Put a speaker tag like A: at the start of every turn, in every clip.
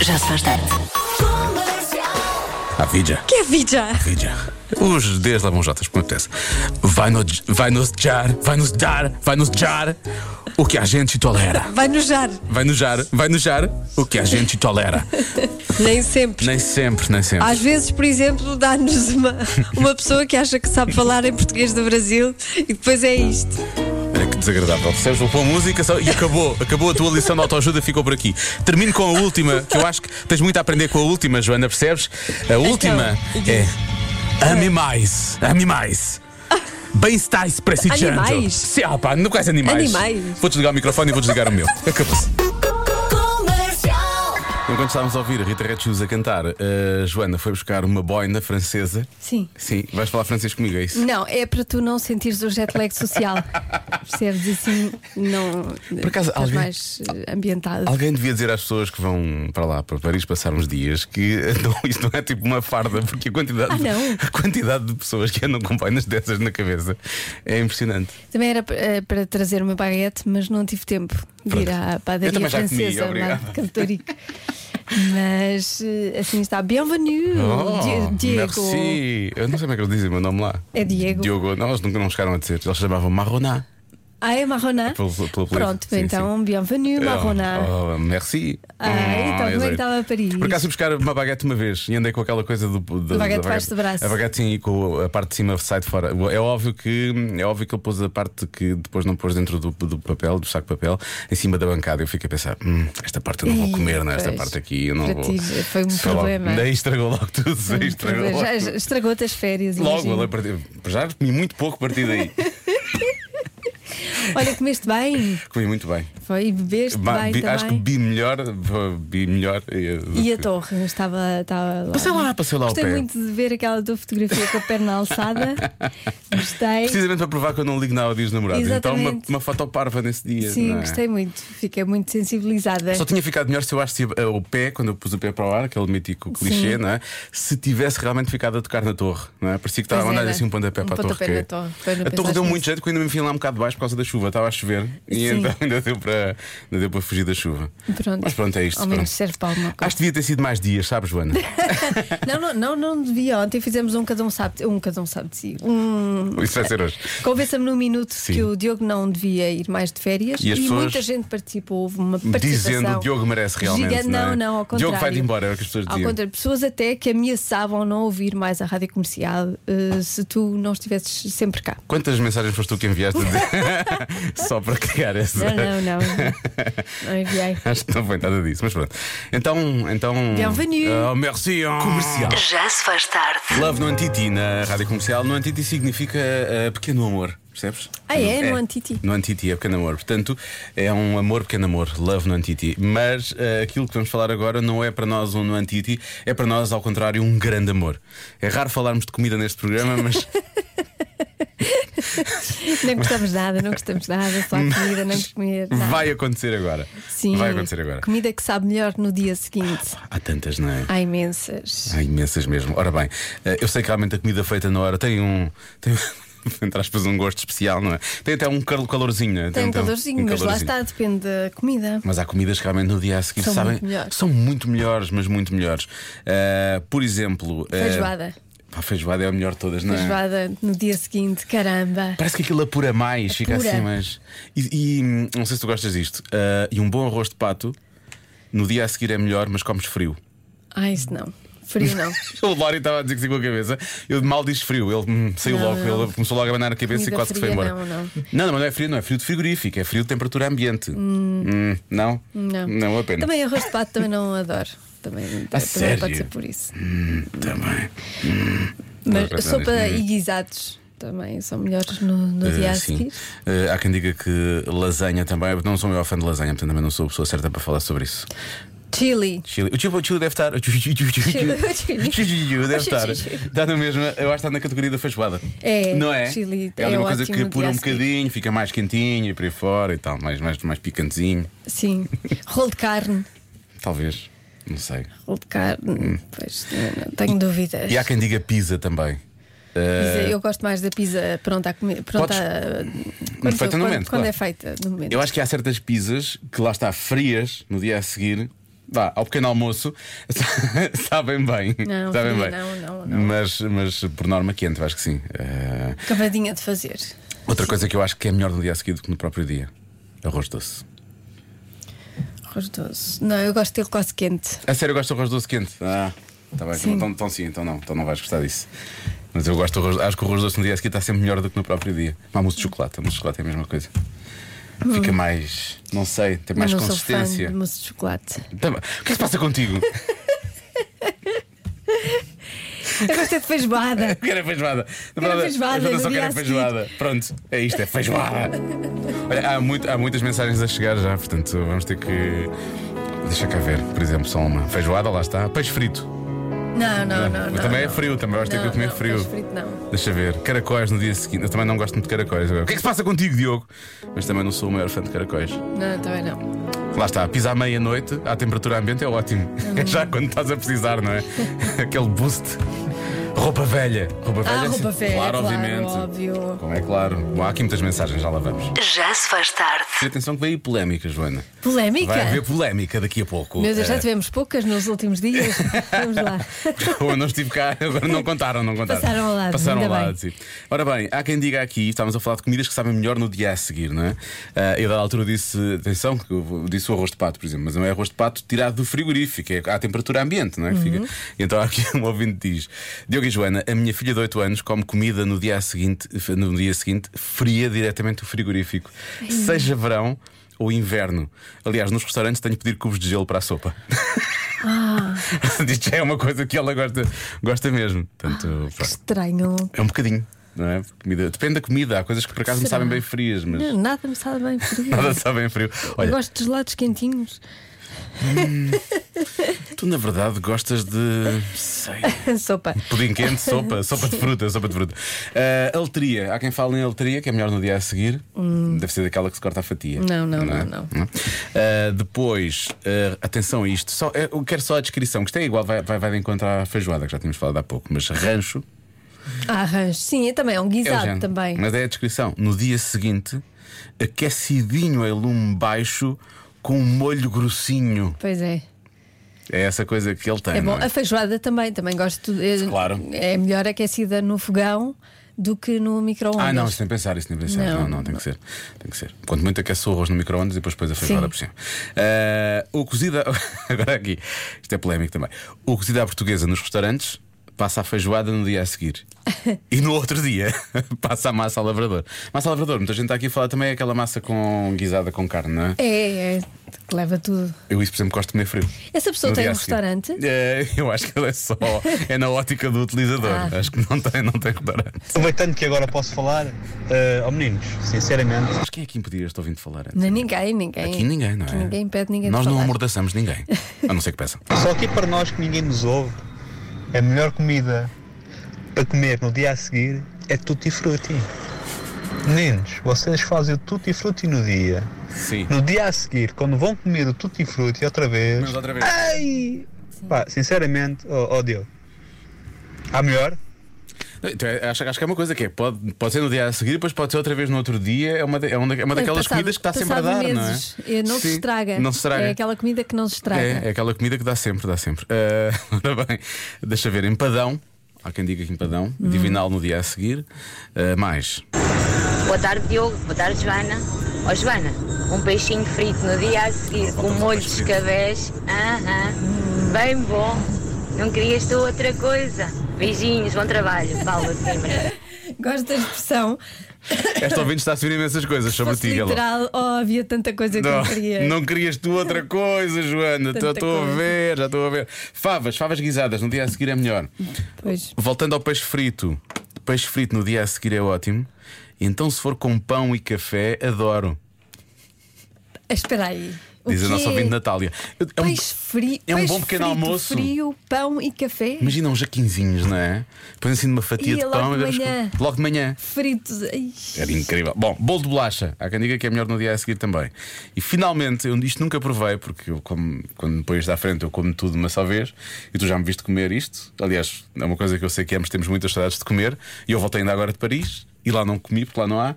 A: Já se faz tarde.
B: A vida.
C: Que é vida?
B: Vida. Os Ds lá vão Jotas, como é acontece. Vai, no, vai nos jar, vai nos dar, vai nos jar o que a gente tolera.
C: Vai nojar.
B: Vai nos jar, vai nos jar o que a gente tolera.
C: Nem sempre.
B: Nem sempre, nem sempre.
C: Às vezes, por exemplo, dá-nos uma, uma pessoa que acha que sabe falar em português do Brasil e depois é isto.
B: Olha que desagradável. Percebes uma boa música só- e acabou. Acabou a tua lição de autoajuda, ficou por aqui. Termino com a última, que eu acho que tens muito a aprender com a última, Joana, percebes? A
C: Então,
B: última é. Ame mais. Ame mais. Bem-estais para si,
C: Animais?
B: Sim, ah, pá, não quais animais.
C: Animais.
B: Vou desligar o microfone e vou desligar o meu. Acabou-se.
A: Comercial.
B: Enquanto estávamos a ouvir a Rita Redshoes a cantar, a Joana foi buscar uma boina francesa.
D: Sim.
B: Sim, vais falar francês comigo, é isso?
D: Não, é para tu não sentires o jet lag social. Percebes? E Assim não. Por
B: acaso, alguém-
D: mais eh, ambientado.
B: Alguém devia dizer às pessoas que vão para lá, para Paris, passar uns dias, que não, isto não é tipo uma farda, porque a quantidade,
D: Ah,
B: de-
D: não.
B: a quantidade de pessoas que andam com vainas dessas na cabeça é impressionante.
D: Também era eh, para trazer uma baguete, mas não tive tempo de ir
B: Pronto.
D: à
B: Eu também
D: padaria
B: já comi,
D: francesa é?
B: obrigado.
D: de Cantorico. Mas eh, assim está. Bienvenue, Hum,
B: Oh,
D: Di- Diego.
B: Merci. é Eu não sei como é que eles dizem o meu nome lá.
D: É Diego.
B: Diogo, não, eles nunca não chegaram a dizer. Eles chamavam Marroná.
D: Ah, é Marroná?
B: Pelo- pelo apelido.
D: Pronto,
B: Sim,
D: então, bienvenue, Marroná.
B: Oh, oh, merci. Hum,
D: Ah, então, como é que
B: exato.
D: estava Paris?
B: Por acaso fui buscar uma baguete uma vez e andei com aquela coisa do. do da
D: baguete debaixo do braço.
B: A baguete sim, e com a parte de cima sai de fora. É óbvio que é óbvio que ele pôs a parte que depois não pôs dentro do, do papel, do saco de papel, em cima da bancada. Eu fico a pensar: "Hum, esta parte eu não vou
D: Ih,
B: comer, não, é? esta
D: pois.
B: parte aqui eu não
D: Para
B: vou.
D: ti foi um
B: Sei lá,
D: problema. um
B: Daí estragou logo tudo. daí estragou logo
D: Já
B: tudo.
D: estragou-te as férias.
B: Logo,
D: imagino.
B: ali a partir- já comi muito pouco a partir daí.
D: Olha, comeste bem.
B: comi muito bem.
D: Foi, e bebeste
B: Ba-
D: bem
B: bi-
D: também.
B: acho que bi melhor. Bi melhor eh, do
D: E a
B: que-
D: torre estava, estava lá.
B: Passei lá, passei lá ao
D: Gostei
B: pé.
D: muito de ver aquela tua fotografia com a perna alçada. Gostei.
B: Precisamente para provar que eu não ligo nada ao dia dos namorados. Então, uma,
D: Exatamente.
B: uma foto parva nesse dia.
D: Sim,
B: não é?
D: gostei muito. Fiquei muito sensibilizada.
B: Só tinha ficado melhor se eu acho que eh, o pé, quando eu pus o pé para o ar, aquele mítico clichê, não é? Se tivesse realmente ficado a tocar na torre, não é? Parecia que estava a
D: Pois
B: mandar
D: era.
B: assim um pontapé
D: Um
B: para a torre.
D: pontapé
B: que-
D: na torre. Pois não
B: A torre
D: pensaste
B: deu muito
D: nisso.
B: jeito porque ainda me enfim lá um bocado de baixo por causa da chuva, estava a chover e
D: Sim.
B: então ainda deu para, ainda deu para fugir da chuva.
D: Pronto.
B: Mas pronto, é isto.
D: Ao
B: pronto.
D: menos serve para alguma coisa.
B: Acho que devia ter sido mais dias, sabes, Joana?
D: Não, não, não, não devia. Ontem fizemos um cada um sabe. Um cada um sabe de si. Um.
B: Isso vai ser hoje.
D: Convença-me num minuto
B: Sim.
D: que o Diogo não devia ir mais de férias
B: E as pessoas
D: muita gente participou, houve uma participação.
B: Dizendo o Diogo merece realmente.
D: Gigante.
B: não,
D: Não,
B: é?
D: não, ao contrário.
B: Diogo vai-te embora, é o que as pessoas
D: Ao
B: diziam.
D: contrário, pessoas até que ameaçavam não ouvir mais a rádio comercial eh, se tu não estivesses sempre cá.
B: Quantas mensagens foste tu que enviaste a dizer- só para criar essa?
D: Não, não, não. Não é, enviei.
B: Acho que não foi nada disso, mas pronto. Então, então.
D: Bienvenue.
B: Ah, merci. ah. Comercial.
A: Já se faz tarde.
B: Love no Antiti na rádio comercial. No Antiti significa ah, pequeno amor, percebes?
D: Ah, é? No Antiti.
B: No Antiti é pequeno amor. Portanto, é um amor, pequeno amor. Love no Antiti. Mas ah, aquilo que vamos falar agora não é para nós um no Antiti, é para nós, ao contrário, um grande amor. É raro falarmos de comida neste programa, mas.
D: Não gostamos nada, não gostamos nada. Falar de comida, não de comer. Nada.
B: Vai acontecer agora.
D: Sim,
B: Vai acontecer agora.
D: Comida que sabe melhor no dia seguinte.
B: Há tantas, não é?
D: Há imensas.
B: Há imensas mesmo. Ora bem, eh, eu sei que realmente a comida feita na hora tem um. Tem... Entre aspas, um gosto especial, não é? Tem até um cal- calorzinho, não é?
D: Tem um
B: até
D: calorzinho,
B: um
D: mas lá
B: calorzinho.
D: está, depende da comida.
B: Mas há comidas que realmente no dia a seguir
D: São
B: sabem.
D: muito melhores.
B: São muito melhores, mas muito melhores. Eh, por exemplo. eh,
D: Feijoada.
B: pá, feijoada é a melhor de todas, não é?
D: Feijoada no dia seguinte, caramba.
B: Parece que aquilo apura mais, fica
D: Apura.
B: assim mais. E, e, hum, não sei se tu gostas disto. eh, e um bom arroz de pato, no dia a seguir é melhor, mas comes frio.
D: Ah, isso não. Frio não.
B: O Lori estava a dizer que sim com a cabeça. Eu mal disse frio. Ele hum, saiu
D: Não,
B: logo,
D: não.
B: ele começou logo a abanar a cabeça e
D: Comida
B: quase que foi
D: fria,
B: embora.
D: não, não.
B: não, mas não é frio, não é frio de frigorífico, é frio de temperatura ambiente. Hum, não?
D: Não.
B: Não, apenas.
D: Também arroz de pato também não adoro. Também, também
B: sério?
D: pode ser por isso.
B: Também.
D: Mas
B: Não,
D: sopa
B: não.
D: e guisados também são melhores no, no dia
B: Eh,
D: a
B: sim.
D: seguir.
B: Eh, há quem diga que lasanha também. eu Não sou o maior fã de lasanha, portanto também não sou a pessoa certa para falar sobre isso.
D: Chili.
B: Chile. O Chile, o Chile deve estar. O Chile, o Chile- o Chile-
D: O Chile.
B: o Chile deve
D: O
B: estar.
D: Chile.
B: Está na mesma. Eu acho que está na categoria da feijoada.
D: É,
B: Não é?
D: Chile
B: é uma
D: é
B: coisa
D: ótimo
B: que
D: no
B: apura
D: dia
B: um
D: a seguir.
B: bocadinho, fica mais quentinho e por aí fora e tal, mais, mais, mais picantezinho.
D: Sim. Rolo de carne.
B: Talvez. Não sei.
D: Rolo de carne. Pois, não, não tenho dúvidas.
B: Hum. E há quem diga pizza também. Eh,
D: Pizza, Eu gosto mais da pizza pronta a comer. Pronta
B: Podes-
D: a-
B: Feita no
D: quando,
B: momento,
D: quando
B: claro.
D: é feita no momento.
B: Eu acho que há certas pizzas que lá está frias no dia a seguir vá, ao pequeno almoço, sabem bem.
D: Não,
B: sabem
D: não,
B: bem.
D: não, não.
B: Mas, mas por norma quente, acho que sim. Eh,
D: Cavadinha de fazer.
B: outra coisa que eu acho que é melhor no dia a seguir do que no próprio dia: arroz doce.
D: Arroz doce. Não, eu gosto de ter quase quente.
B: A sério, eu gosto de arroz doce quente. Ah, tá bem.
D: Sim.
B: Então, então sim, então não, então não vais gostar disso. Mas eu gosto de arroz, acho que o arroz doce no dia a seguir está sempre melhor do que no próprio dia. Mas mousse de chocolate, a mousse de chocolate é a mesma coisa. Fica mais, não sei, tem mais
D: eu Hum. não sou
B: consistência.
D: fã de mousse de chocolate.
B: Tá bem. o que é que se passa contigo?
D: Eu gosto é de feijoada.
B: Eu quero é feijoada. Na
D: Quero
B: verdade,
D: feijoada
B: eu
D: no
B: só
D: dia
B: quero é
D: a seguir.
B: feijoada. Pronto, é isto, é feijoada. Olha, há, muito- há muitas mensagens a chegar já, portanto vamos ter que. Deixa cá ver, por exemplo, só uma. Feijoada, lá está. Peixe frito.
D: Não, não, não.
B: Mas
D: não,
B: também é
D: não.
B: frio, também vais ter que
D: Não,
B: comer
D: não,
B: frio.
D: faz frito, não.
B: Deixa ver, caracóis no dia seguinte. Eu também não gosto muito de caracóis agora. O que é que se passa contigo, Diogo? Mas também não sou o maior fã de caracóis.
D: Não, também não.
B: Lá está, pisa à meia-noite, à temperatura ambiente é ótimo. É já quando estás a precisar, não é? Aquele boost. Roupa velha. Roupa velha.
D: Ah,
B: sim.
D: roupa velha,
B: Claro,
D: claro,
B: obviamente.
D: óbvio.
B: Como é claro. Bom, há aqui muitas mensagens, já lá vamos.
A: Já se faz tarde.
B: E atenção que veio aí polémica, Joana.
D: Polémica?
B: Vai haver polémica daqui a pouco.
D: Meu Deus, já
B: Eh,
D: tivemos poucas nos últimos dias. Vamos lá.
B: Eu não estive cá, agora não contaram, não contaram.
D: Passaram ao lado,
B: Passaram ao
D: ainda
B: lado, sim. Ora bem, há quem diga aqui, estávamos a falar de comidas que sabem melhor no dia a seguir, não é? Ah, eu, da altura, disse, atenção, que eu disse o arroz de pato, por exemplo, mas não é arroz de pato tirado do frigorífico, é à temperatura ambiente, não é? Que Fica.
D: Uhum.
B: Então, há aqui um ouvinte diz: Diogo e Joana, a minha filha de 8 anos come comida no dia seguinte, no dia seguinte fria diretamente do frigorífico, seja verão ou inverno. Aliás, nos restaurantes tenho que pedir cubos de gelo para a sopa. Isto já é uma coisa que ela gosta, gosta mesmo. Portanto,
D: Que
B: pá,
D: estranho.
B: Ah, é um bocadinho, não é? Comida- depende da comida, há coisas que por acaso me
D: Será?
B: sabem bem frias, mas
D: Não, Nada me sabe bem frio.
B: nada sabem frio.
D: Eu
B: Olha,
D: gosto de gelados quentinhos.
B: tu na verdade gostas de. sei.
D: Sopa.
B: Pudim quente, sopa, sopa de fruta, sopa de fruta. Ah, alteria, há quem fale em alteria, que é melhor no dia a seguir. Deve ser daquela que se corta a fatia.
D: Hum. Não, não,
B: é?
D: não, não.
B: Ah, depois, ah, atenção a isto, só, eu quero só a descrição, que isto é igual, vai, vai, vai de encontro à feijoada, que já tínhamos falado há pouco, mas rancho.
D: Ah, arranjo. Sim, é também. É um
B: É o
D: guisado
B: género.
D: também.
B: Mas é a descrição. No dia seguinte, aquecidinho em lume baixo, com um molho grossinho.
D: Pois é.
B: É essa coisa que ele tem.
D: É bom.
B: não é?
D: A feijoada também. Também gosto. de- É,
B: Claro.
D: É melhor aquecida no fogão do que no micro-ondas.
B: Ah, não, isso tem que pensar, isso tem que pensar. Não,
D: Não.
B: não, tem que ser. Tem que ser. Quanto muito aquece o arroz no micro-ondas e depois pões a feijoada
D: Sim.
B: por cima. Ah, o cozido. a- Agora aqui, isto é polémico também. O cozido à portuguesa nos restaurantes passa a feijoada no dia a seguir. E no outro dia passa a massa ao lavrador. Massa ao lavrador, muita gente está aqui a falar também é aquela massa com guisada com carne, não é?
D: É, é. Que leva tudo.
B: Eu isso, por exemplo, gosto de comer frio.
D: Essa pessoa
B: No
D: tem
B: dia
D: um
B: a seguir.
D: restaurante?
B: É, eu acho que ela é só. É na ótica do utilizador.
D: Ah.
B: Acho que não tem, não tem restaurante.
E: Aproveitando que agora posso falar, eh, oh meninos, sinceramente,
B: Mas quem é que impedia este ouvinte de falar antes?
D: Não, ninguém, ninguém.
B: Aqui ninguém, não é?
D: Aqui ninguém impede ninguém de
B: Nós não
D: falar.
B: amordaçamos ninguém. A não ser que peçam.
E: só aqui para nós que ninguém nos ouve, a melhor comida para comer no dia a seguir é tutti frutti. Meninos, vocês fazem o tutti frutti no dia.
B: Sim.
E: No dia a seguir, quando vão comer o tutti frutti outra vez.
B: Mas outra vez.
E: Ai! Pá, sinceramente, oh, oh Diogo, há melhor?
B: Então, é- acho, acho que é uma coisa que é, pode, pode ser no dia a seguir, depois pode ser outra vez no outro dia. É uma, da- é uma, da- é uma daquelas
D: Passado-
B: comidas que está sempre a dar,
D: passado meses,
B: não é?
D: eh, Não se
B: Sim,
D: estraga.
B: Não se estraga.
D: É aquela comida que não se estraga.
B: É, é aquela comida que dá sempre, dá sempre. Ah, ora bem, deixa ver, empadão. Há quem diga que empadão,
D: Hum.
B: divinal no dia a seguir. Ah, mais.
F: Boa tarde, Diogo. Boa tarde, Joana. Ó, Joana, um peixinho frito no dia a seguir com molho de escabés. Aham, bem bom. Não querias tu outra coisa. Beijinhos, bom trabalho. Paula de Coimbra.
D: Gosto da expressão.
B: Esta ouvinte está a subir imensas coisas sobre
D: Fosse
B: ti, Galo.
D: literal, oh, havia tanta coisa que eu queria.
B: Não, não querias tu outra coisa, Joana.
D: Tanta
B: Já estou a
D: coisa.
B: ver, já estou a ver. Favas, favas guisadas, no dia a seguir é melhor.
D: Pois.
B: Voltando ao peixe frito, peixe frito no dia a seguir é ótimo. Então, se for com pão e café, adoro.
D: ah, Espera aí. O
B: Diz a
D: quê?
B: nossa ouvinte Natália. É um-
D: Peixe frio.
B: é um
D: peixe
B: bom pequeno
D: frito,
B: almoço.
D: frio, pão e café.
B: Imagina uns jaquinzinhos, não é? Põe assim numa fatia
D: Ia,
B: de
D: logo
B: pão
D: de
B: e vamos
D: manhã.
B: com- logo de manhã.
D: Fritos. Ai.
B: Era incrível. Bom, bolo de bolacha. Há quem diga que é melhor no dia a seguir também. E finalmente, eu isto nunca provei, porque eu como, quando me pões à frente, eu como tudo de uma só vez. E tu já me viste comer isto. Aliás, é uma coisa que eu sei que ambos temos muitas saudades de comer. E eu voltei ainda agora de Paris. E lá não comi, porque lá não há.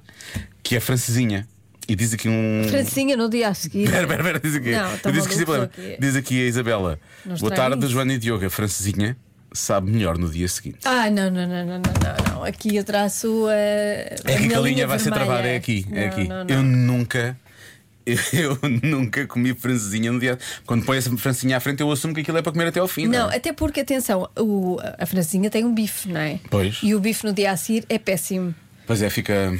B: Que é francesinha. E diz aqui um.
D: Francinha no dia a seguir.
B: Pera, pera, pera, diz aqui.
D: Não, tá
B: diz, aqui
D: maluco,
B: Isabela.
D: aqui.
B: diz aqui a Isabela. Boa
D: Não estranho
B: tarde,
D: isso.
B: Joana e Diogo. A francesinha sabe melhor no dia seguinte.
D: Ah, não, não, não, não, não, não, não. Aqui eu traço a. É
B: É aqui que a linha vai ser travada, é aqui, é aqui. Eu nunca. Eu nunca comi francesinha no dia. Quando põe essa francesinha à frente, eu assumo que aquilo é para comer até ao fim.
D: Não,
B: é?
D: até porque, atenção, o- a francinha tem um bife, não é?
B: Pois.
D: E o bife no dia a seguir é péssimo.
B: Pois é, fica.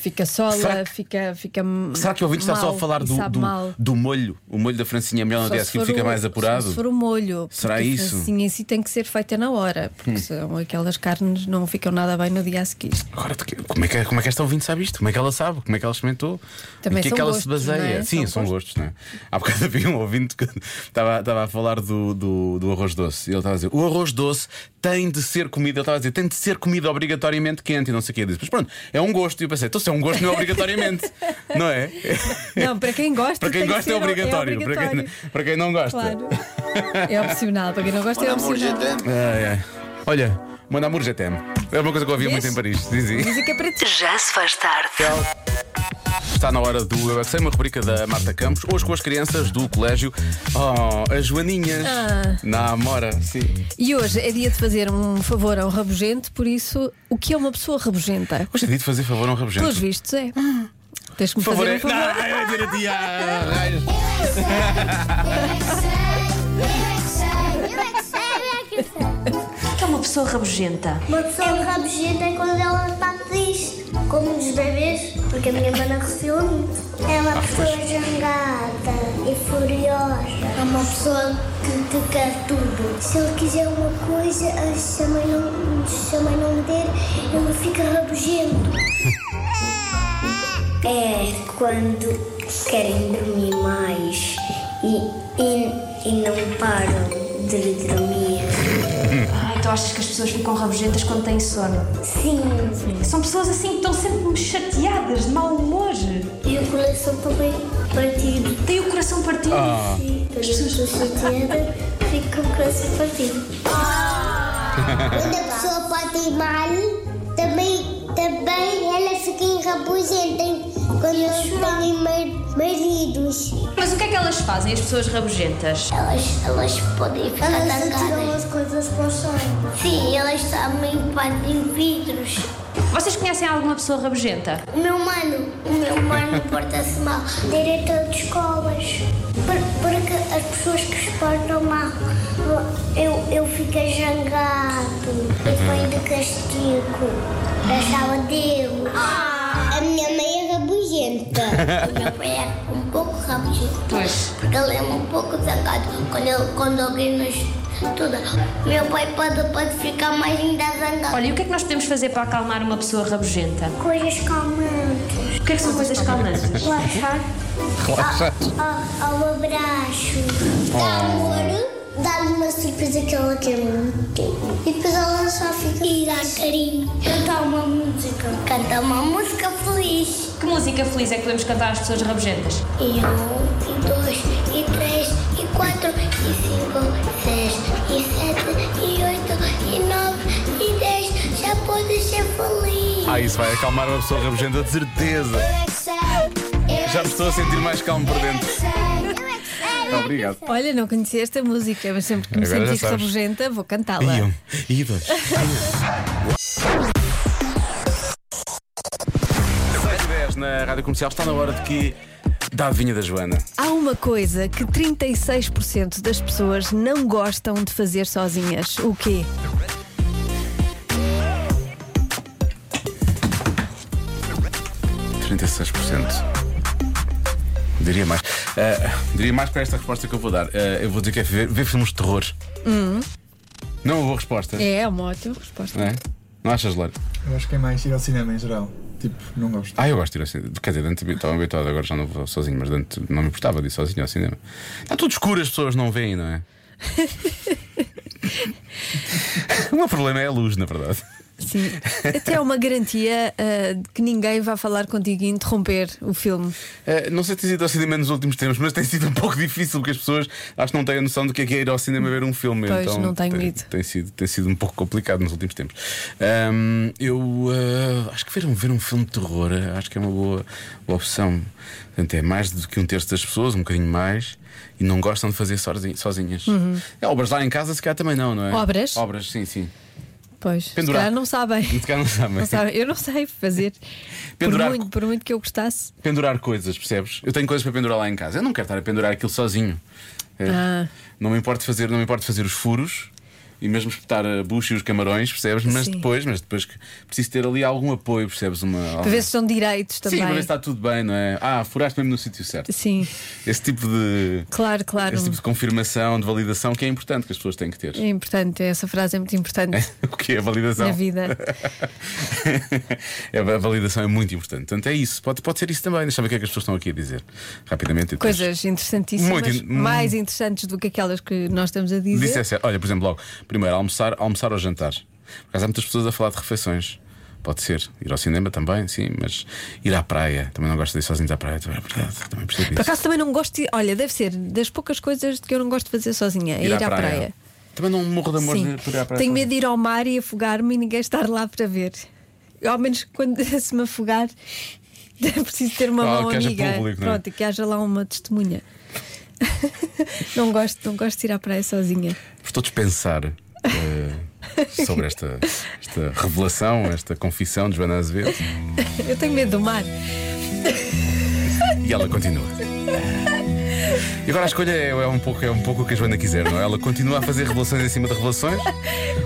D: Fica sola,
B: Será que-
D: fica, fica.
B: Será que o ouvinte
D: mal,
B: está só a falar
D: e
B: do,
D: sabe
B: do,
D: mal.
B: do molho? O molho da francesinha é melhor no
D: Só
B: dia a
D: se
B: seguir,
D: for
B: fica
D: o-
B: mais
D: só
B: apurado?
D: Se for o molho.
B: Será
D: porque
B: isso? Hum.
D: Assim, em si tem que ser feita na hora, porque são aquelas carnes não ficam nada bem no dia a seguir.
B: Agora, tu que- como é, que, como é que esta ouvinte sabe isto? Como é que ela sabe? Como é que ela experimentou?
D: Também
B: em que é
D: são
B: que ela se
D: gostos,
B: baseia?
D: não é?
B: Sim, são,
D: São
B: gostos, não é? Há bocado havia um ouvinte que estava, estava a falar do, do, do arroz doce. E ele estava a dizer: o arroz doce tem de ser comida. Ele estava a dizer: tem de ser comida obrigatoriamente quente e não sei o que. Eu disse: mas pronto, é um gosto. E eu pensei: então se é um gosto, não é obrigatoriamente, não é?
D: Não, para quem gosta,
B: Para quem
D: tem que
B: gosta
D: ser-
B: é obrigatório, Para, quem, para quem não gosta.
D: Claro. É opcional, para quem não gosta é opcional.
B: Ai, ai. Olha, manda amor GTM. É uma coisa que eu ouvia muito
D: Vês?
B: em Paris. Dizia.
D: Música é para ti.
A: Já se faz tarde.
B: Está na hora do Eu é Que Sei, uma rubrica da Marta Campos, hoje com as crianças do colégio. Oh, as Joaninhas.
D: Ah.
B: Na Amora, sim.
D: E hoje é dia de fazer um favor a um rabugento, por isso, o que é uma pessoa rabugenta?
B: Hoje é dia de fazer favor a um rabugento.
D: Pelos vistos, é. Tens que me
B: Favor
D: fazer
B: é.
D: um favor.
B: Não, eu ia dizer a ti, ah, raios.
A: O que é uma pessoa rabugenta?
G: Uma pessoa rabugenta é quando ela está triste, como os bebês, porque a minha mana recebeu muito. É uma pessoa jangada e furiosa. É uma pessoa que te quer tudo. Se ele quiser uma coisa, ele chama o nome- chama o nome dele, ele fica rabugento. É quando querem dormir mais e, e, e não param de dormir.
H: Ah, então achas que as pessoas ficam rabugentas quando têm sono?
G: Sim.
H: São pessoas assim que estão sempre chateadas, de mau humor.
G: E o coração também partido.
H: Têm o coração partido.
G: Sim, as pessoas chateadas ficam com o coração partido. Quando a pessoa pode ir mal, também, também ela fica enrabugenta quando eles têm mar- maridos.
H: Mas o que é que elas fazem, as pessoas rabugentas?
G: Elas, elas podem ficar elas atacadas. as coisas para o sonho. Sim, elas também partem vidros.
H: Vocês conhecem alguma pessoa rabugenta?
G: O meu mano, o meu mano porta-se mal. Diretor de escolas. Por- porque as pessoas que se portam mal, eu, eu fico zangado. Eu venho de castigo. Da sala dele. A minha mãe é rabugenta. o meu pai é um pouco rabugento.
H: Pois.
G: Porque ele é um pouco zangado quando, ele, quando alguém nos estuda. Meu pai pode, pode ficar mais ainda zangado.
H: Olha, e o que é que nós podemos fazer para acalmar uma pessoa rabugenta?
G: Coisas calmantes.
H: O que é que são coisas calmantes?
G: Relaxar. Relaxar. Ao, ao abraço.
B: Ah.
G: Dá amor. Dá-lhe uma surpresa que ela quer muito. E depois ela só fica. E dá carinho. Cantar uma música. Cantar uma música feliz.
H: Que música feliz é que podemos cantar às pessoas rabugentas?
G: E um, e dois, e três, e quatro, e cinco, e seis, e sete, e oito, e nove, e dez. Já pode ser feliz. é
B: Ah, isso vai acalmar uma pessoa rabugenta, de certeza. Já me estou a Tá sentir mais calmo por dentro.
G: é
B: Obrigado.
D: Olha, não conhecia esta música, mas sempre que me
B: Agora já
D: sentir
B: sabes.
D: rabugenta, vou
B: E
D: cantá-la.
B: um, e dois. Seis e dez Na rádio comercial está na hora de que. Da adivinha da Joana.
D: Há uma coisa que 36% das pessoas não gostam de fazer sozinhas. O quê?
B: Hum, 36%. Diria mais. Ah, diria mais para esta resposta que eu vou dar. Ah, eu vou dizer que é ver, ver filmes de terror. Não é uma boa resposta.
D: É uma ótima resposta.
B: Não, é? Não achas, Lero?
I: Eu acho que é mais ir ao cinema em geral. Tipo, não gosto.
B: Ah, eu gosto de ir ao cinema. Quer dizer, antes estava habituado, agora já não vou sozinho, mas antes não me importava de ir sozinho ao cinema. Está tudo escuro, as pessoas não veem, não é? o meu problema é a luz, na verdade.
D: Sim. Até é uma garantia ah, de que ninguém vai falar contigo e interromper o filme.
B: Eh, não sei se tem sido ao cinema nos últimos tempos, mas tem sido um pouco difícil porque as pessoas acho que não têm a noção do que é, que é ir ao cinema ver um filme.
D: Pois,
B: então,
D: não tenho
B: tem,
D: ido.
B: Tem sido, tem sido um pouco complicado nos últimos tempos. Ahm, eu ah, acho que ver um, ver um filme de terror eh, acho que é uma boa, boa opção. Portanto, é mais do que um terço das pessoas, um bocadinho mais, e não gostam de fazer sozi- sozinhas. É, obras lá em casa, se calhar também não, não é?
D: Uhum. Obras?
B: Obras, sim, sim.
D: Pois. Se
B: Pendurar.
D: calhar não sabem.
B: Se calhar não sabem.
D: Não sabem. Eu não sei fazer.
B: Pendurar-
D: Por muito, por muito que eu gostasse.
B: pendurar coisas, percebes? Eu tenho coisas para pendurar lá em casa. Eu não quero estar a pendurar aquilo sozinho. É,
D: Ah.
B: Não me importa fazer, não me importa fazer os furos e mesmo espetar a bucha e os camarões, percebes? Mas
D: Sim.
B: depois, mas depois que preciso ter ali algum apoio, percebes uma
D: Para ver se tá são direitos
B: Sim,
D: também.
B: para ver se está tudo bem, não é? Ah, furaste mesmo no sítio certo.
D: Sim,
B: Esse tipo de
D: claro, claro.
B: esse tipo de confirmação, de validação que é importante que as pessoas têm que ter.
D: É importante, essa frase é muito importante
B: O que é a validação?
D: na vida.
B: É, a validação é muito importante. Portanto, é isso. Pode, pode ser isso também. Deixa eu ver o que é que as pessoas estão aqui a dizer. Rapidamente. e depois-
D: Coisas interessantíssimas,
B: Muito in- hum.
D: mais interessantes do que aquelas que nós estamos a dizer.
B: Dissesse, olha, por exemplo, logo, primeiro, almoçar, almoçar ou jantar. Por acaso há muitas pessoas a falar de refeições. Pode ser. Ir ao cinema também, sim, mas ir à praia. Também não gosto de ir sozinho à praia. Também, é verdade, também percebo
D: Por
B: isso.
D: acaso também não gosto de. Olha, deve ser das poucas coisas que eu não gosto de fazer sozinha, é ir, à praia.
B: Também não morro de amor
D: Sim.
B: de por ir à praia.
D: Tenho
B: sozinho.
D: medo de ir ao mar e afogar-me e ninguém estar lá para ver. Ao menos quando se me afogar, é preciso ter uma
B: Ah,
D: mão
B: que haja
D: amiga.
B: público, não é?
D: Pronto, e que haja lá uma testemunha. não, gosto, não gosto de ir à praia sozinha.
B: Estou a dispensar eh, sobre esta, esta revelação, esta confissão de Joana Azevedo.
D: Eu tenho medo do mar.
B: E ela continua. E agora a escolha é, é um pouco, é um pouco o que a Joana quiser, não é? Ela continua a fazer revelações em cima de revelações.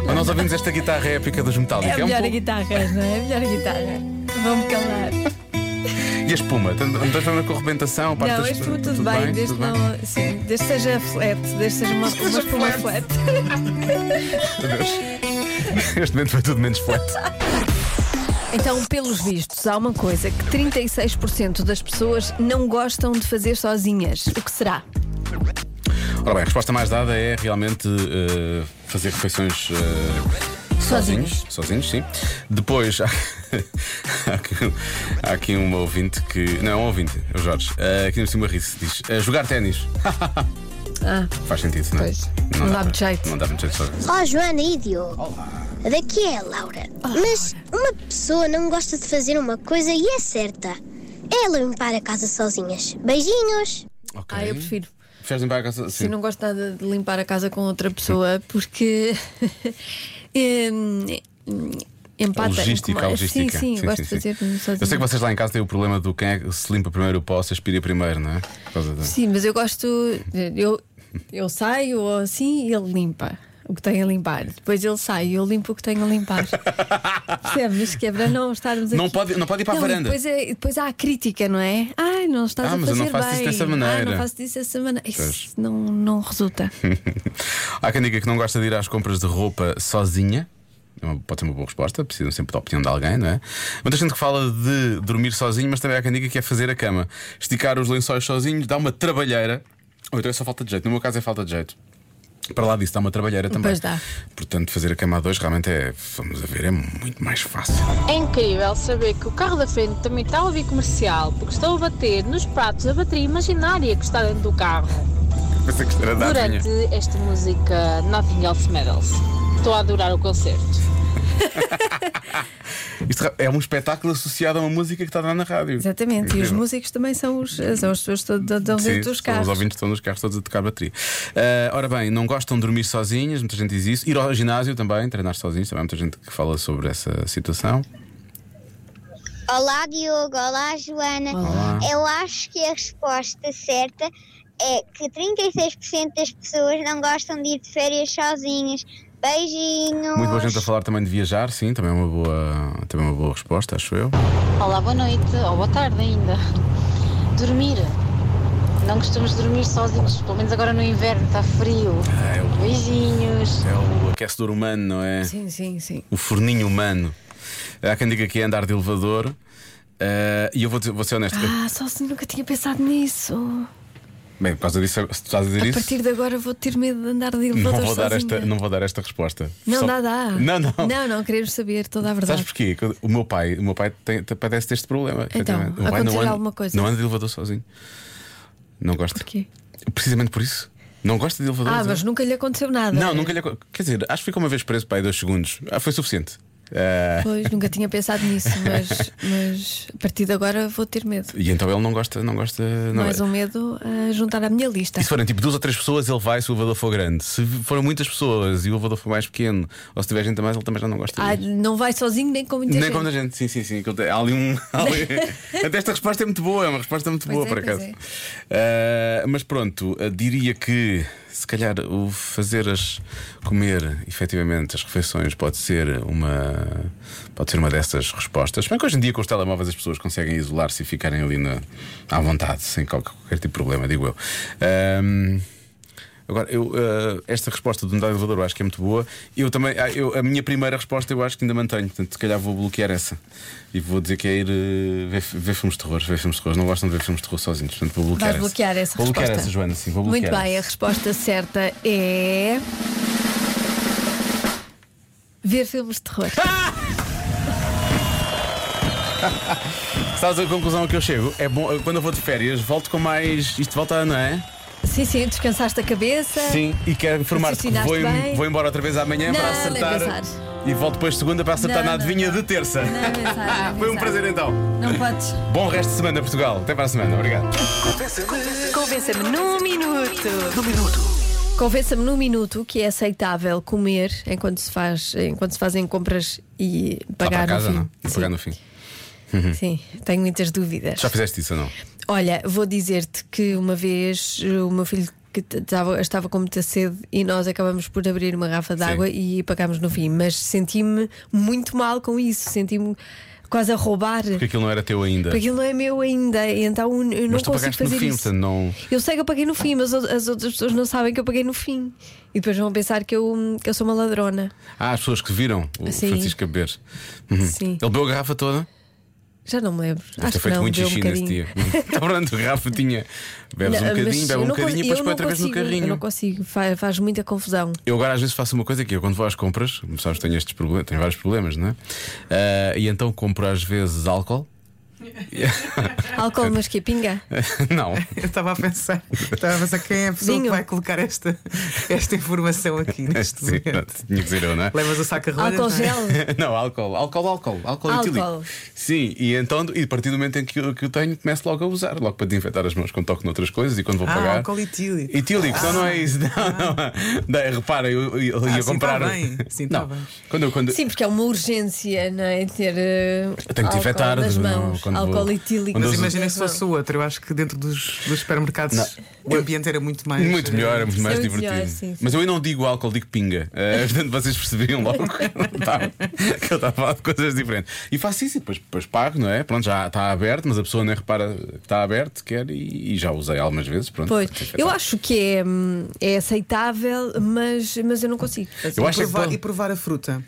B: Ou nós ouvimos esta guitarra épica dos Metallica?
D: É
B: um
D: melhor a
B: pouco-
D: guitarra, não é? É melhor a guitarra. Vamos calar.
B: E a espuma? Tem- Não tens problema com a arrebentação? parte
D: Não,
B: da
D: este
B: espuma?
D: tudo, tudo bem, desde,
B: tudo bem?
D: não, sim, desde que seja flat, desde que seja uma, uma espuma flat.
B: Meu Deus. Este momento foi tudo menos flat.
D: Então, pelos vistos, há uma coisa que 36% das pessoas não gostam de fazer sozinhas. O que será?
B: Ora bem, a resposta mais dada é realmente eh, fazer refeições. eh,
D: Sozinhos.
B: Sozinhos, sim. Depois, há, há aqui, há aqui um ouvinte que. Não, é um ouvinte, é o Jorge. eh, aqui no cima ri-se, diz: eh, jogar ténis. Faz sentido, não é?
D: Ah. Pois. Não dá muito
B: para-
D: jeito.
B: Não dá muito jeito sozinho.
G: Ó Joana e Diogo. Daqui é a Laura. Mas uma pessoa não gosta de fazer uma coisa e é certa. É limpar a casa sozinhas. Beijinhos.
B: Ok.
D: Ah, eu prefiro.
B: Preferes limpar a casa? Sim.
D: Eu não gosto nada de limpar a casa com outra pessoa porque. em- em-
B: A
D: Empata.
B: logística,
D: incomoda.
B: a logística.
D: Sim, sim, eu gosto de fazer sozinha.
B: Eu sei que vocês lá em casa têm o problema do quem é que se limpa primeiro o pó, se aspira primeiro, não é? Por causa da-
D: Sim, mas eu gosto. Eu, eu saio ou assim e ele limpa o que tem a limpar. Depois ele sai e eu limpo o que tenho a limpar. Percebes? Que é para não estarmos
B: Não
D: aqui.
B: pode- não pode ir para a
D: Não, e
B: varanda.
D: Depois, é- depois há a crítica, não é? Ai, não estás
B: Ah,
D: a
B: mas
D: fazer
B: eu não faço
D: bem.
B: isto dessa
D: Ah,
B: maneira.
D: não faço disso dessa maneira.
B: Pois.
D: Isso não, não resulta.
B: Há quem diga que não gosta de ir às compras de roupa sozinha. É uma- Pode ser uma boa resposta, precisam sempre da opinião de alguém, não é? Muita gente que fala de dormir sozinho, mas também há quem diga que é fazer a cama. Esticar os lençóis sozinhos dá uma trabalheira. Ou então é só falta de jeito. No meu caso é falta de jeito. Para lá disso, dá uma trabalheira também.
D: Pois dá.
B: Portanto, fazer a cama a dois realmente é, vamos a ver, é muito mais fácil.
J: É incrível saber que o carro da frente também está a ouvir comercial, porque estou a bater nos pratos a bateria imaginária que está dentro do carro.
B: Pensei que isto era da adivinha.
J: Durante esta música Nothing Else Matters. Estou a adorar o concerto.
B: Isto é um espetáculo associado a uma música que está lá na rádio.
D: Exatamente. E os
B: Incrível.
D: músicos também são, os, são as pessoas todas todas
B: Sim,
D: dentro dos
B: são Os
D: carros.
B: ouvintes estão nos carros todos a tocar bateria. Ah, ora bem, não gostam de dormir sozinhas, muita gente diz isso. Ir ao ginásio também, treinar sozinhos, também há muita gente que fala sobre essa situação.
G: Olá Diogo, olá Joana.
B: Olá.
G: Eu acho que a resposta certa é que 36% das pessoas não gostam de ir de férias sozinhas. Beijinhos.
B: Muito boa gente a falar também de viajar, sim, também é uma boa, também é uma boa resposta, acho eu.
J: Olá, boa noite, ou boa tarde ainda. Dormir. Não costumamos dormir sozinhos, pelo menos agora no inverno, está frio.
K: Ah,
B: É o,
J: Beijinhos.
B: é o aquecedor humano, não é?
D: Sim, sim, sim.
B: O forninho humano. Há quem diga que é andar de elevador. Eh, Ah, e eu vou, dizer- vou ser honesto.
D: assim Ah, só se nunca tinha pensado nisso.
B: Bem, por causa disso, se tu estás a dizer
D: A
B: isso.
D: partir de agora vou ter medo de andar de elevador
B: Não vou, dar
D: sozinha.
B: esta, não vou dar esta resposta.
D: Não,
B: Só-
D: dá, dá.
B: Não, não.
D: Não, não, queremos saber toda a
B: Sabes
D: verdade.
B: porquê? Que O meu pai, o meu pai tem, tem- padece deste problema.
D: Então,
B: O meu pai não
D: aconteceu-lhe
B: anda,
D: alguma coisa?
B: Não anda de elevador sozinho. Não gosta.
D: Porquê?
B: Precisamente por isso. Não gosta de elevador.
D: Ah, mas é. nunca lhe aconteceu nada.
B: Não, nunca lhe. aco- Quer dizer, acho que ficou uma vez preso para aí dois segundos. Ah, foi suficiente. Ah,
D: Pois, nunca tinha pensado nisso, mas, mas a partir de agora vou ter medo.
B: e então ele não gosta, não gosta. Não é.
D: Mais um medo a juntar à minha lista.
B: E se forem tipo duas ou três pessoas, ele vai se o elevador for grande. Se forem muitas pessoas e o elevador for mais pequeno, ou se tiver gente a mais, ele também já não gosta.
D: Ah, não vai sozinho nem com muita
B: Nem
D: gente.
B: com muita gente, sim, sim, sim. que ele tem- Há ali um. há ali- Até esta resposta é muito boa, é uma resposta muito
D: Pois
B: boa,
D: é,
B: por
D: pois é.
B: acaso. Ah, mas pronto, ah, diria que se calhar o fazer as. comer efetivamente as refeições pode ser uma. pode ser uma dessas respostas. Se Bem que hoje em dia com os telemóveis as pessoas conseguem isolar-se e ficarem ali na, à vontade, sem qualquer, qualquer tipo de problema, digo eu. Ah, Ahm, Agora, eu, eh, esta resposta do andar de elevador eu acho que é muito boa. Eu também, ah, eu, a minha primeira resposta eu acho que ainda mantenho, portanto, se calhar vou bloquear essa. E vou dizer que é ir eh, ver, fi- ver filmes de terror, ver filmes de terror. Não gostam de ver filmes de terror sozinhos, portanto vou bloquear essa.
D: Vais bloquear essa
B: Vou bloquear
D: resposta.
B: essa, Joana, sim, vou bloquear.
D: Muito bem, a resposta certa é. Ver filmes de terror.
B: Ah! essa. Sabes a conclusão a que eu chego? É bom, eu, quando eu vou de férias, volto com mais. Isto volta, não é?
D: Sim, sim, descansaste a cabeça.
B: Sim, e quero informar-te que vou,
D: Raciocinaste bem.
B: vou embora outra vez amanhã
D: Não,
B: para
D: nem
B: acertar.
D: pensar.
B: E volto depois de segunda para acertar
D: Não,
B: na
D: não,
B: adivinha de terça.
D: Não, pensar, não
B: Foi um
D: pensar.
B: prazer então.
D: Não podes.
B: Bom resto de semana, Portugal. Até para a semana, obrigado.
D: Convença-me num minuto. Num minuto. Convença-me num minuto que é aceitável comer enquanto se, faz, enquanto se fazem compras e
B: Lá
D: pagar
B: para casa,
D: no fim.
B: não? E pagar no fim.
D: Sim, tenho muitas dúvidas.
B: Já fizeste isso ou não?
D: Olha, vou dizer-te que uma vez eh, o meu filho que t- tava- estava com muita sede e nós acabamos por abrir uma garrafa de
B: Sim.
D: água e pagámos no fim, mas senti-me muito mal com isso, senti-me quase a roubar.
B: Porque aquilo não era teu ainda.
D: Porque aquilo não é meu ainda, e então eu não
B: Mas tu
D: consigo
B: pagaste no
D: fazer
B: fim,
D: isso.
B: portanto não.
D: Eu sei que eu paguei no fim, mas o- as outras pessoas não sabem que eu paguei no fim. E depois vão pensar que eu, que eu sou uma ladrona.
B: Ah, as pessoas que viram o
D: Sim.
B: Francisco Caber. Uhum.
D: Sim.
B: Ele bebeu a garrafa toda?
D: Já não me lembro.
B: Deve ter
D: Acho que
B: feito
D: não,
B: muito
D: deu um
B: xixi nesse
D: bocadinho.
B: dia. Está pronto, a garrafa tinha. Bebes
D: Não,
B: um
D: mas
B: bocadinho, bebe um
D: eu não
B: bocadinho e
D: consigo-
B: depois
D: eu
B: põe
D: não
B: outra vez no
D: consigo,
B: carrinho.
D: Eu não consigo, faz, faz muita confusão.
B: Eu agora às vezes faço uma coisa que eu quando vou às compras, como sabes, tenho estes problemas, tenho vários problemas, não é? Ah, e então compro às vezes álcool.
D: Álcool, mas que pinga?
B: não.
K: Eu estava a pensar, estava a pensar quem é a pessoa
D: Vinho.
K: que vai colocar esta, esta informação aqui neste
B: Sim, tinha
K: momento.
B: que dizer eu, não é?
K: Levas o saco a rolhas,
D: Álcool
K: não é?
D: gel?
B: Não, álcool, álcool, álcool, álcool
D: Álcool.
B: etílico. Sim, e então, e a partir do momento em que eu, que eu tenho, começo logo a usar, logo para desinfetar as mãos quando toco noutras coisas e quando vou
K: Ah,
B: pagar.
K: álcool etílico.
B: Etílico, só não é isso. Não, não. Daí, repara, eu, eu- eu
K: Ah,
B: ia
K: sim,
B: comprar. um-
K: tá bem, sim, tá
B: não,
K: bem.
B: quando eu, quando,
D: Sim, porque é uma urgência, não é? Ter. eh,
B: Eu tenho que
D: álcool
B: desinfetar,
D: nas
B: não,
D: mãos,
B: quando
D: álcool
B: vou-
D: etílico.
B: quando
K: Mas
B: Mas
K: imagina
D: nas
K: se fosse o
D: mãos.
K: outro. Eu acho que dentro dos, dos supermercados
B: Não.
K: o ambiente era muito mais.
B: Muito
K: eh,
B: melhor, é muito mais
D: é muito
B: divertido.
D: melhor, sim, sim.
B: Mas eu não digo álcool, digo pinga. Eh, portanto, vocês percebiam logo que eu não estava- que eu estava a falar de coisas diferentes. E faço isso e depois, depois pago, não é? Pronto, já está aberto, mas a pessoa nem repara que está aberto, quer e, e já usei algumas vezes. Pronto,
D: Pois,
B: Tem que
D: eu
B: afetar.
D: acho que é, hum, é aceitável, mas, mas eu não consigo.
B: Eu
K: e
B: acho é que
K: provar-
B: pode-
K: E provar a fruta.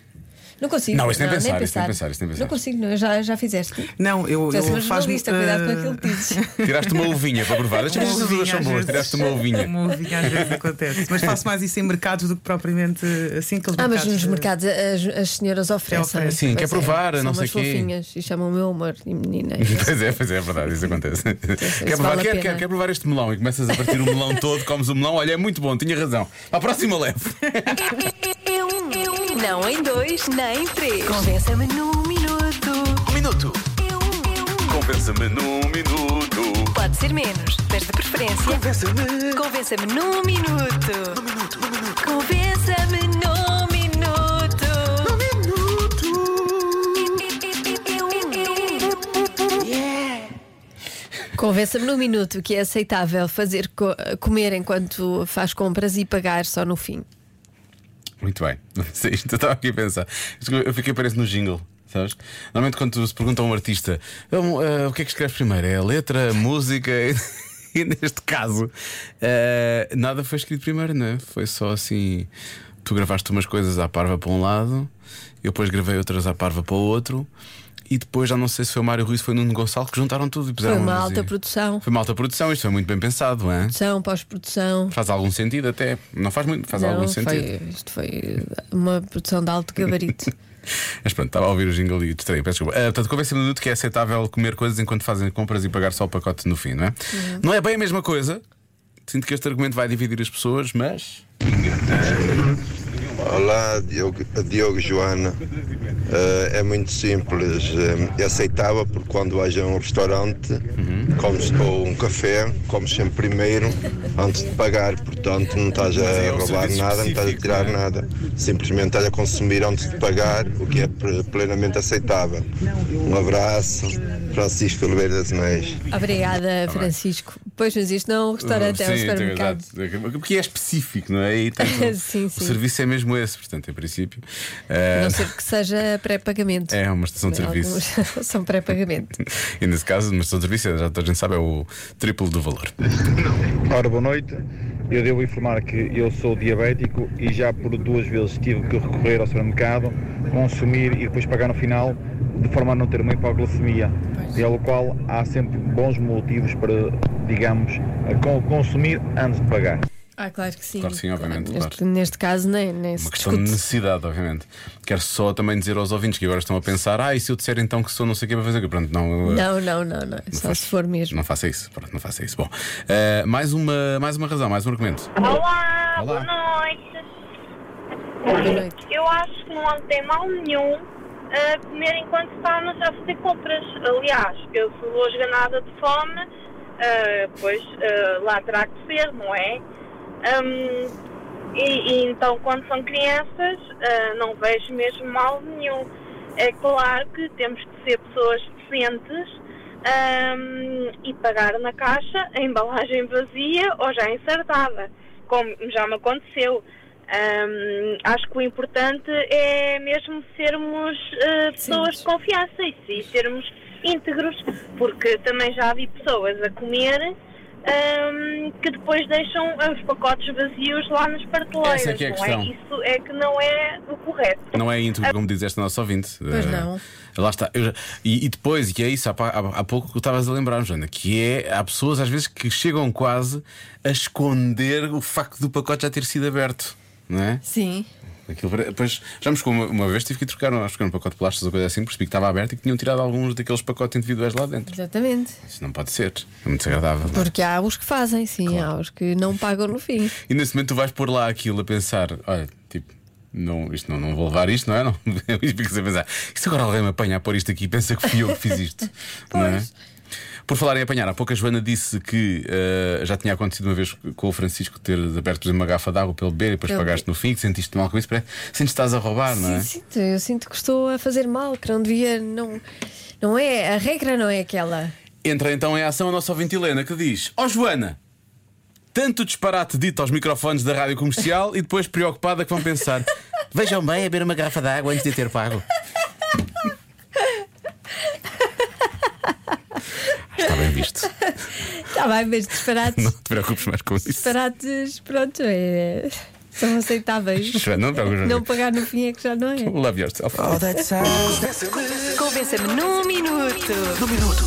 D: Não consigo.
B: Não, isto nem pensar, isto nem pensar, isto nem pensar.
D: Não consigo, não, já, já fizeste.
K: Não, eu.
D: Tu és
K: eu
D: uma
K: faz-me,
D: jornalista, cuidado com
K: eh,
D: aquilo que dizes.
B: Tiraste uma uvinha para provar. As
K: Uma
B: duas
K: uvinha
B: são
K: às
B: boas,
K: vezes.
B: tiraste uma uvinha.
K: Uma uvinha Um às vezes acontece. Mas faço mais isso em mercados do que propriamente eh, assim aqueles
D: Ah, mas
K: mercados.
D: nos
K: de-
D: mercados as, as senhoras oferecem.
K: oferecem.
B: Sim, quer
D: Pois é,
B: provar,
D: são
B: não sei
D: umas
B: o quê.
D: fofinhas e chamam o meu amor e menina.
B: Pois é, pois é, é verdade, isso acontece. Quer provar,
D: vale a
B: quer,
D: pena.
B: quer, quer provar este melão e começas a partir o melão todo, comes o melão, olha, é muito bom, tinha razão. À próxima leve.
L: É um, Não em dois, nem em três. Convença-me num minuto. É
B: Um minuto.
L: Eu, eu.
B: Convença-me num minuto.
L: Pode ser menos, mas de preferência. Convença-me. Convença-me num minuto. Num minuto, num minuto. Convença-me num minuto. Num minuto.
D: Convença-me num minuto que é aceitável fazer co- comer enquanto faz compras e pagar só no fim.
B: Muito bem. Não sei, isto eu estava aqui a pensar. Isto Eu fiquei parece no jingle. Sabes? Normalmente quando se pergunta a um artista "Então, ah, o que é que escreves primeiro? É a letra, a música? E neste caso, ah, nada foi escrito primeiro, não é? Foi só assim: tu gravaste umas coisas à parva para um lado, eu depois gravei outras à parva para o outro, e depois já não sei se foi o Mário Ruiz, foi o Nuno Gonçalo que juntaram tudo e
D: Foi
B: puseram
D: uma
B: a
D: alta
B: produção.
D: produção.
B: Foi uma alta produção, isto foi muito bem pensado, não é?
D: Produção, pós-produção.
B: Faz algum sentido até. Não faz muito, faz
D: Não,
B: algum
D: foi-
B: sentido.
D: isto foi uma produção de alto gabarito.
B: Mas pronto, estava a ouvir o jingle e distraí, peço desculpa. Ah, portanto, convence-me Nuno, que é aceitável comer coisas enquanto fazem compras e pagar só o pacote no fim, não é?
D: Uhum.
B: Não é bem a mesma coisa. Sinto que este argumento vai dividir as pessoas, mas.
M: Olá, Diogo, Diogo Joana. Eh, é muito simples. Eh, é aceitável porque quando vais a um restaurante, comes ou um café, comes sempre primeiro antes de pagar. Portanto, não estás a
N: Mas é um
M: roubar
N: serviço
M: nada, não estás a
N: específico,
M: tirar
N: não é?
M: nada. Simplesmente estás a consumir antes de pagar, o que é pre- plenamente aceitável. Um abraço, Francisco Oliveira das Meias.
D: Obrigada, Francisco. Pois, mas isto não é um restaurante, é um
B: Tá uh, Sim,
D: supermercado.
B: exato. Porque é específico, não é? E tem tudo.
D: Sim, sim.
B: O serviço é mesmo esse, portanto, em princípio.
D: A
B: ah,
D: não ser que seja pré-pagamento.
B: É uma estação de serviço.
D: Alguns são pré-pagamento.
B: E nesse caso, mas todo serviço, já toda a gente sabe, é o triplo do valor.
O: Ora, boa noite. Eu devo informar que eu sou diabético e já por duas vezes tive que recorrer ao supermercado, consumir e depois pagar no final, de forma a não ter uma hipoglicemia. Pelo qual há sempre bons motivos para, digamos, co- consumir antes de pagar.
D: Ah, claro que sim.
B: Claro, sim, obviamente. Claro.
D: Neste, neste caso, nem, nem se
B: Uma questão de
D: discute.
B: necessidade, obviamente. Quero só também dizer aos ouvintes que agora estão a pensar: ah, e se eu disser então que sou não sei o que para fazer? Pronto, não. eu-
D: Não, não, não, não. Só se for mesmo.
B: Não faça isso, pronto, não faça isso. Bom, eh, mais, uma, mais uma razão, mais um argumento.
K: Olá,
B: Olá.
K: boa noite. Eu acho que não há- tem mal nenhum a comer enquanto está no- a fazer compras. Aliás, eu sou hoje ganada de fome, ah, pois ah, lá terá que ser, não é? Ahm, e, e então, quando são crianças, ah, não vejo mesmo mal nenhum. É claro que temos que ser pessoas decentes ahm, e pagar na caixa a embalagem vazia ou já ensartada, como já me aconteceu. Ahm, acho que o importante é mesmo sermos ah, pessoas de confiança e sim, sermos íntegros, porque também já vi pessoas a comer ahm, que depois deixam os pacotes vazios lá nas prateleiras.
B: Essa é que é a
K: não é?
B: questão.
K: Isso é que não é o correto.
B: Não é íntegro, como diz esta nossa ouvinte.
K: Pois
B: Eh,
K: não.
B: Lá está. Eu já- e, e depois, e que é isso, há, pa- há, há pouco que estavas a lembrar, Joana, que é há pessoas às vezes que chegam quase a esconder o facto do pacote já ter sido aberto, não é?
D: Sim.
B: Aquilo, pare- pois, já me chegou uma, uma vez, tive que ir trocar, acho que era um pacote de plásticos ou coisa assim, percebi que estava aberto e que tinham tirado alguns daqueles pacotes individuais lá dentro.
D: Exatamente.
B: Isso não pode ser, é muito desagradável. não é?
D: Porque há os que fazem, sim, há os que não pagam no fim.
B: E nesse momento tu vais pôr lá aquilo a pensar: olha, tipo, não, isto não, não vou levar isto, não é? Não. E Ficas a pensar: e se agora alguém me apanha a pôr isto aqui e pensa que fui eu que fiz isto? não é? Por falar em apanhar, há pouco a Joana disse que eh, já tinha acontecido uma vez com o Francisco ter aberto por exemplo, uma garrafa de água pelo beber e depois
D: Pelo
B: pagaste no fim, que sentiste mal com isso, parece, sentes que estás a roubar, não é?
D: Sinto- Eu sinto que estou a fazer mal, que não devia. Não, não é, a regra não é aquela.
B: Entra então em ação a nossa ouvinte Helena que diz: Ó Joana, tanto disparate dito aos microfones da rádio comercial e depois preocupada que vão pensar: vejam bem a beber uma garrafa de água antes de ter pago. Está bem visto.
D: Está Tá bem, mas disparates.
B: Não te preocupes mais com isso.
D: disparates, pronto, é, são aceitáveis.
B: Joana, não Oh, te preocupes mais.
D: Não pagar no fim é que já não é.
B: Love yourself.
D: Convença-me num minuto.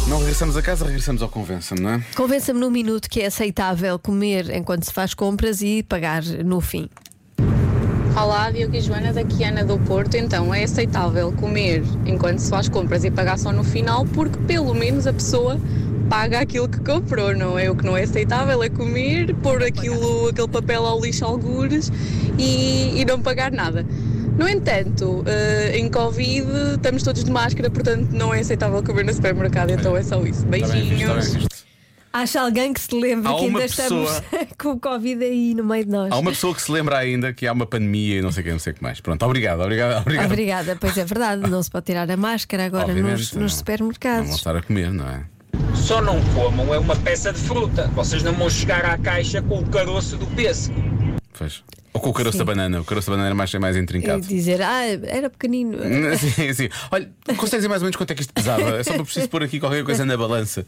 B: Não regressamos a casa, regressamos ao convença não é?
D: Convença-me num minuto que é aceitável comer enquanto se faz compras e pagar no fim.
P: Olá, Diogo e Joana da Quiana do Porto. Então, é aceitável comer enquanto se faz compras e pagar só no final, porque pelo menos a pessoa paga aquilo que comprou, não é? O que não é aceitável é comer, pôr aquilo, aquele papel ao lixo algures e, e não pagar nada. No entanto, eh, em Covid estamos todos de máscara, portanto não é aceitável comer no supermercado, então é só isso.
B: Está Tá bem
P: Beijinhos!
B: visto, está bem visto.
D: Acha alguém que se lembre
B: Há
D: que ainda
B: uma
D: estamos com o Covid aí no meio de nós.
B: Há uma pessoa que se lembra ainda que há uma pandemia e não sei o que, não sei o que mais. Pronto, obrigado, obrigado, obrigado.
D: Obrigada, pois é verdade, não se pode tirar a máscara agora
B: Obviamente,
D: nos, nos
B: não. Não vão
D: supermercados.
B: estar a comer, não é?
Q: Só não comam é uma peça de fruta. Vocês não vão chegar à caixa com o caroço do pêssego.
B: Pois. Ou com o caroço
D: Sim.
B: da banana, o caroço da banana é mais, é mais
D: E
B: intrincado.
D: dizer, ah, era pequenino.
B: sim, sim. Olha, consegues dizer mais ou menos quanto é que isto pesava? É só para preciso pôr aqui qualquer coisa na balança.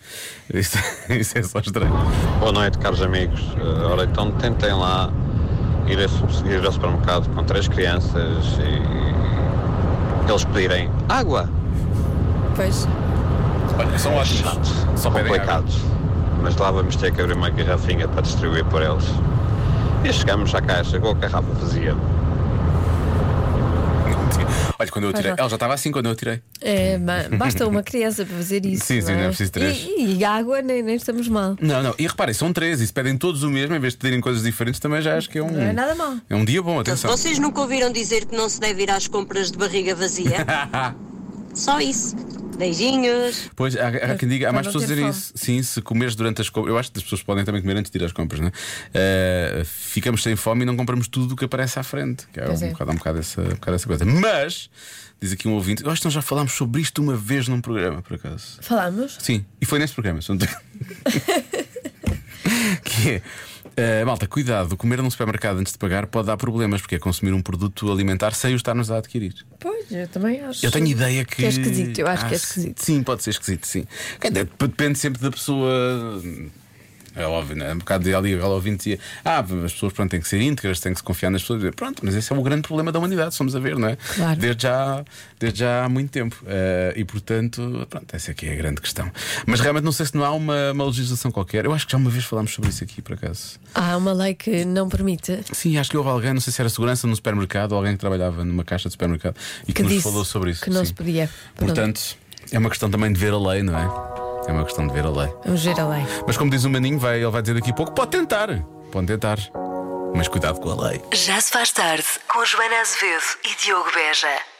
B: Isso, isso é só estranho.
R: Boa noite, caros amigos. Eh, Ora, então tentem lá ir, a su- ir ao supermercado com três crianças e eles pedirem água.
D: Pois.
B: Olha, são ótimos. São
M: complicados. Mas lá vamos ter que abrir uma garrafinha para distribuir por eles. E chegamos à caixa com a garrafa vazia.
B: Olha, quando eu
D: Pois
B: tirei.
D: não.
B: Ela já estava assim quando eu tirei.
D: É, ma- basta uma criança para fazer isso.
B: Sim, sim,
D: não
B: não é preciso três.
D: E, e água, nem, nem estamos mal.
B: Não, não. E reparem, são três e se pedem todos o mesmo, em vez de pedirem coisas diferentes, também já acho que é um.
D: Não é nada mal.
B: É um dia bom, atenção.
K: Vocês nunca ouviram dizer que não se deve ir às compras de barriga vazia? Só isso. Beijinhos.
B: Pois, há, há quem diga, há
K: Para
B: mais
K: não
B: pessoas a
K: ter
B: dizerem
K: fome.
B: isso. Sim, se comeres durante as compras. Eu acho que as pessoas podem também comer antes de ir às compras, né? Eh, ficamos sem fome e não compramos tudo o que aparece à frente. Que é,
S: Pois
B: um,
S: é.
B: bocado, há um bocado essa, um bocado essa coisa. Mas, diz aqui um ouvinte, eu acho que nós já falámos sobre isto uma vez num programa, por acaso.
D: Falámos?
B: Sim, e foi neste programa. se não te- que é. eh, malta, cuidado, comer num supermercado antes de pagar pode dar problemas, porque é consumir um produto alimentar sem o estarmos a adquirir.
D: Pois, eu também acho.
B: Eu tenho ideia que.
D: é esquisito, eu acho
B: Ah,
D: que é
B: sim.
D: esquisito.
B: Sim, pode ser esquisito, sim. Quer dizer, dep- Depende sempre da pessoa. É óbvio, não é? Um bocado de ali, ela ouvinte dizia: Ah, as pessoas pronto, têm que ser íntegras, têm que se confiar nas pessoas. Pronto, mas esse é o grande problema da humanidade, somos a ver, não é?
S: Claro.
B: Desde, já, desde já há muito tempo. Eh, e portanto, pronto, essa aqui é a grande questão. Mas realmente não sei se não há uma, uma legislação qualquer. Eu acho que já uma vez falámos sobre isso aqui, por acaso.
D: Há uma lei que não permite.
B: Sim, acho que houve alguém, não sei se era segurança no supermercado ou alguém que trabalhava numa caixa de supermercado e que,
D: Que
B: nos
D: disse
B: falou sobre isso.
D: que não
B: sim.
D: se podia. Pronto.
B: Portanto, é uma questão também de ver a lei, não é? É uma questão de ver a lei.
D: Vamos ver um a lei.
B: Mas como diz o Maninho, vai, ele vai dizer daqui a pouco: pode tentar, pode tentar. Mas cuidado com a lei.
A: Já se faz tarde com Joana Azevedo e Diogo Beja.